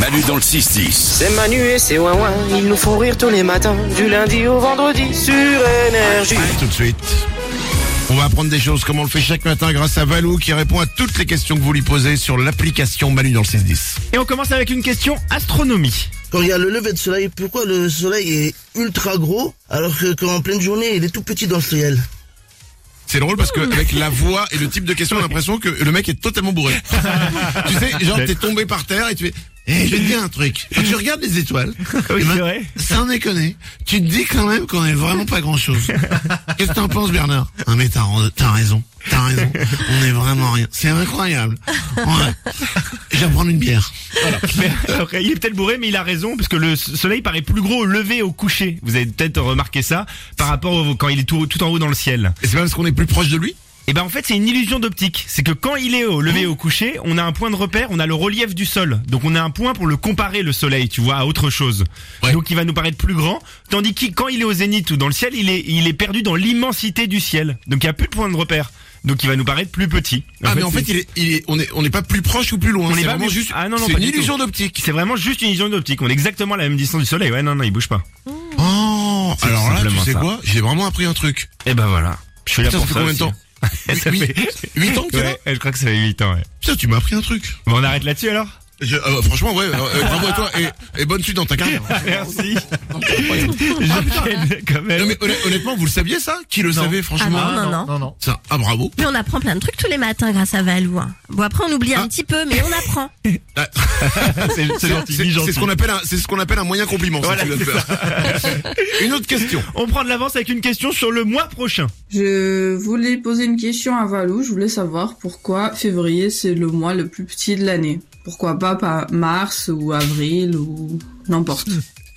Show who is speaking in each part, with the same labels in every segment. Speaker 1: Manu dans le 6-10.
Speaker 2: C'est Manu et c'est Ouin ils nous font rire tous les matins, du lundi au vendredi sur énergie.
Speaker 3: Allez, tout de suite. On va apprendre des choses comme on le fait chaque matin grâce à Valou qui répond à toutes les questions que vous lui posez sur l'application Manu dans le 610.
Speaker 4: Et on commence avec une question astronomie.
Speaker 5: Quand il y a le lever de soleil, pourquoi le soleil est ultra gros alors que qu'en pleine journée il est tout petit dans le ciel
Speaker 3: C'est drôle parce que avec la voix et le type de question, on a l'impression que le mec est totalement bourré. tu sais, genre t'es tombé par terre et tu fais Eh, je vais te dire un truc. Quand tu regardes les étoiles, eh ben,
Speaker 4: c'est vrai.
Speaker 3: sans déconner, tu te dis quand même qu'on est vraiment pas grand chose. Qu'est-ce que t'en penses, Bernard Ah, mais t'as, t'as raison. T'as raison. On est vraiment rien. C'est incroyable. Ouais. Je vais prendre une bière.
Speaker 4: Mais, après, Euh, il est peut-être bourré, mais il a raison, parce que le soleil paraît plus gros au lever et au coucher. Vous avez peut-être remarqué ça par rapport au, quand il est tout, tout en haut dans le ciel.
Speaker 3: Et c'est pas parce qu'on est plus proche de lui
Speaker 4: Et ben en fait, c'est une illusion d'optique. C'est que quand il est au lever et au coucher, on a un point de repère, on a le relief du sol. Donc on a un point pour le comparer le soleil, tu vois, à autre chose.
Speaker 3: Ouais.
Speaker 4: Donc il va nous paraître plus grand, tandis que quand il est au zénith ou dans le ciel, il est, il est perdu dans l'immensité du ciel. Donc il n'y a plus de point de repère. Donc il va nous paraître plus petit.
Speaker 3: Ah mais en
Speaker 4: c'est-
Speaker 3: fait il est, il est- on est on n'est pas plus proche ou plus loin
Speaker 4: On
Speaker 3: c'est
Speaker 4: n'est pas
Speaker 3: vraiment
Speaker 4: plus-
Speaker 3: juste
Speaker 4: Ah non, non,
Speaker 3: c'est
Speaker 4: pas
Speaker 3: une
Speaker 4: du tout.
Speaker 3: illusion d'optique.
Speaker 4: C'est vraiment juste une illusion d'optique. On est exactement à la même distance du soleil. Ouais, non, non, il bouge pas.
Speaker 3: Oh
Speaker 4: C'est
Speaker 3: alors là tu
Speaker 4: simplement
Speaker 3: sais
Speaker 4: ça.
Speaker 3: quoi j'ai vraiment appris un truc.
Speaker 4: Et ben voilà. Je suis là
Speaker 3: Putain, Eh ça
Speaker 4: pour
Speaker 3: fait
Speaker 4: ça
Speaker 3: combien de temps
Speaker 4: aussi. Ça fait-
Speaker 3: 8 ans que t'es là
Speaker 4: Ouais, je crois que ça fait 8 ans, ouais.
Speaker 3: Putain tu m'as appris un truc.
Speaker 4: Bon, on arrête là-dessus alors
Speaker 3: Je- euh, franchement ouais euh, euh, bravo à toi et, et bonne suite dans ta carrière.
Speaker 4: Merci.
Speaker 3: Ah,
Speaker 4: Je quand
Speaker 3: Non,
Speaker 4: même.
Speaker 3: mais honn- honnêtement vous le saviez ça Qui le savait
Speaker 6: Ah
Speaker 3: franchement
Speaker 6: non, non, non.
Speaker 3: Ça, ah bravo.
Speaker 6: Puis on apprend plein de trucs tous les matins grâce à Valou. hein. Bon après on oublie
Speaker 3: Ah.
Speaker 6: un petit peu, mais on apprend.
Speaker 3: Ah,
Speaker 4: C'est
Speaker 3: C'est
Speaker 4: c'est gentil,
Speaker 3: c'est- c'est
Speaker 4: dis gentil.
Speaker 3: ce qu'on appelle un c'est ce qu'on appelle un moyen compliment. ça,
Speaker 4: Voilà,
Speaker 3: tu viens de
Speaker 4: c'est
Speaker 3: faire. Une autre question.
Speaker 4: On prend de l'avance avec une question sur le mois prochain.
Speaker 7: Je voulais poser une question à Valou. Je voulais savoir pourquoi février c'est le mois le plus petit de l'année. Pourquoi pas pas mars ou avril ou n'importe.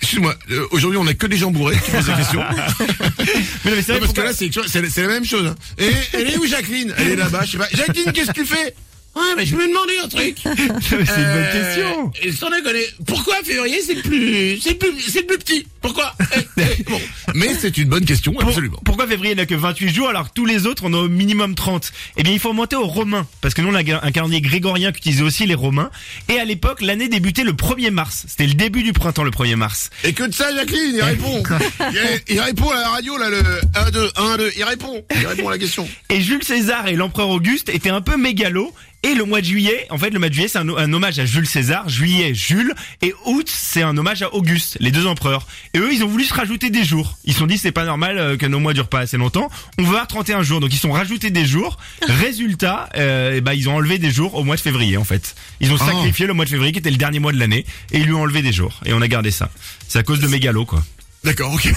Speaker 3: Excuse-moi euh, aujourd'hui on a que des gens bourrés qui posent des questions.
Speaker 4: Mais non, mais c'est
Speaker 3: Non,
Speaker 4: vrai
Speaker 3: parce que
Speaker 4: pourquoi-
Speaker 3: là, c'est, tu vois, c'est, c'est la même chose. hein. Et elle est où Jacqueline Elle est là-bas, je sais pas. Jacqueline, qu'est-ce que tu fais Ouais, mais je me demandais un truc.
Speaker 4: c'est une bonne
Speaker 3: Euh,
Speaker 4: question.
Speaker 3: Et sans déconner, pourquoi février c'est le plus, c'est le plus, c'est le plus petit Pourquoi Eh, eh, bon. Mais c'est une bonne question,
Speaker 4: Pour-
Speaker 3: absolument.
Speaker 4: Pourquoi février n'a que 28 jours alors que tous les autres en ont au minimum 30 Eh bien, il faut remonter aux Romains parce que nous on a un calendrier grégorien qu'utilisaient aussi les Romains et à l'époque, l'année débutait le 1er mars. C'était le début du printemps le 1er mars.
Speaker 3: Et que de ça, Jacqueline, il répond. Il, il répond à la radio là, le 1 2 1 2, il répond. Il répond à la question.
Speaker 4: Et Jules César et l'empereur Auguste étaient un peu mégalos. Et le mois de juillet, en fait, le mois de juillet, c'est un, un hommage à Jules César. Juillet, Jules. Et août, c'est un hommage à Auguste, les deux empereurs. Et eux, ils ont voulu se rajouter des jours. Ils se sont dit, c'est pas normal euh, que nos mois durent pas assez longtemps. On veut avoir 31 jours. Donc, ils se sont rajoutés des jours. Résultat, euh, eh ben, ils ont enlevé des jours au mois de février, en fait. Ils ont
Speaker 3: Oh.
Speaker 4: sacrifié le mois de février, qui était le dernier mois de l'année. Et ils lui ont enlevé des jours. Et on a gardé ça. C'est à cause de mégalos, quoi.
Speaker 3: D'accord, ok.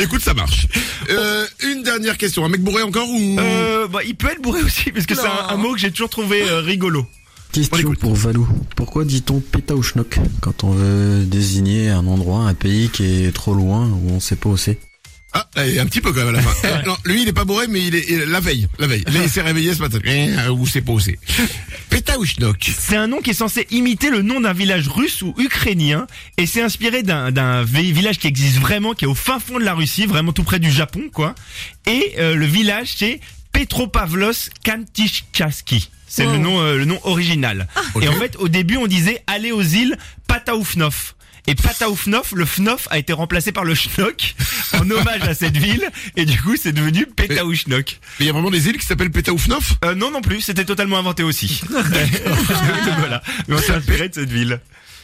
Speaker 3: Écoute, ça marche. Euh, une dernière question. Un mec bourré encore ou
Speaker 4: Euh, bah, il peut être bourré aussi, parce que c'est un, un mot que j'ai toujours trouvé euh, rigolo. On
Speaker 8: Question
Speaker 4: l'écoute.
Speaker 8: pour Valou. Pourquoi dit-on péta ou schnock quand on veut désigner un endroit, un pays qui est trop loin où on sait pas où c'est
Speaker 3: Ah, et un petit peu quand même à la fin. Euh, non, lui, il est pas bourré, mais il est, il est- la veille, la veille. Là, il s'est réveillé ce matin. Eh, Où c'est pas où c'est. Péta ou schnock
Speaker 4: C'est un nom qui est censé imiter le nom d'un village russe ou ukrainien et c'est inspiré d'un d'un vi- village qui existe vraiment, qui est au fin fond de la Russie, vraiment tout près du Japon, quoi. Et euh, le village, c'est Petropavlos Kantichkaski. C'est le
Speaker 6: Wow.
Speaker 4: nom, euh, le nom original.
Speaker 3: Ok.
Speaker 4: Et en fait, au début, on disait aller aux îles Pataoufnov. Et Pataoufnov, le FNOF a été remplacé par le Schnock en hommage à cette ville et du coup, c'est devenu Petaouchnok.
Speaker 3: Mais il y a vraiment des îles qui s'appellent Péta ou Fnof
Speaker 4: Euh, non, non plus, c'était totalement inventé aussi. Donc voilà, mais on s'est inspiré de cette ville.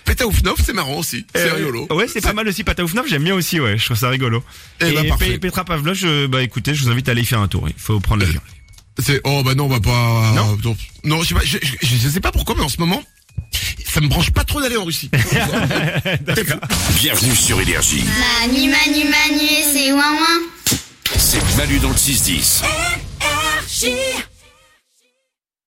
Speaker 3: Péta ou Fnof, c'est marrant aussi. C'est
Speaker 4: Euh,
Speaker 3: rigolo.
Speaker 4: Ouais, c'est pas mal aussi. Pataoufnov, j'aime bien aussi, ouais, je trouve ça rigolo.
Speaker 3: Eh ben, parfait.
Speaker 4: Pe- Petra Pavlov, je- bah écoutez, je vous invite à aller y faire un tour. Il faut prendre l'avion.
Speaker 3: C'est, oh bah non, on va pas.
Speaker 4: Non.
Speaker 3: non, non, je sais pas, je, je- je sais pas pourquoi, mais en ce moment, ça me branche pas trop d'aller en Russie.
Speaker 1: Bienvenue sur Énergie.
Speaker 9: Manu, Manu, Manu et c'est ouin ouin.
Speaker 1: C'est Manu dans le 6-10.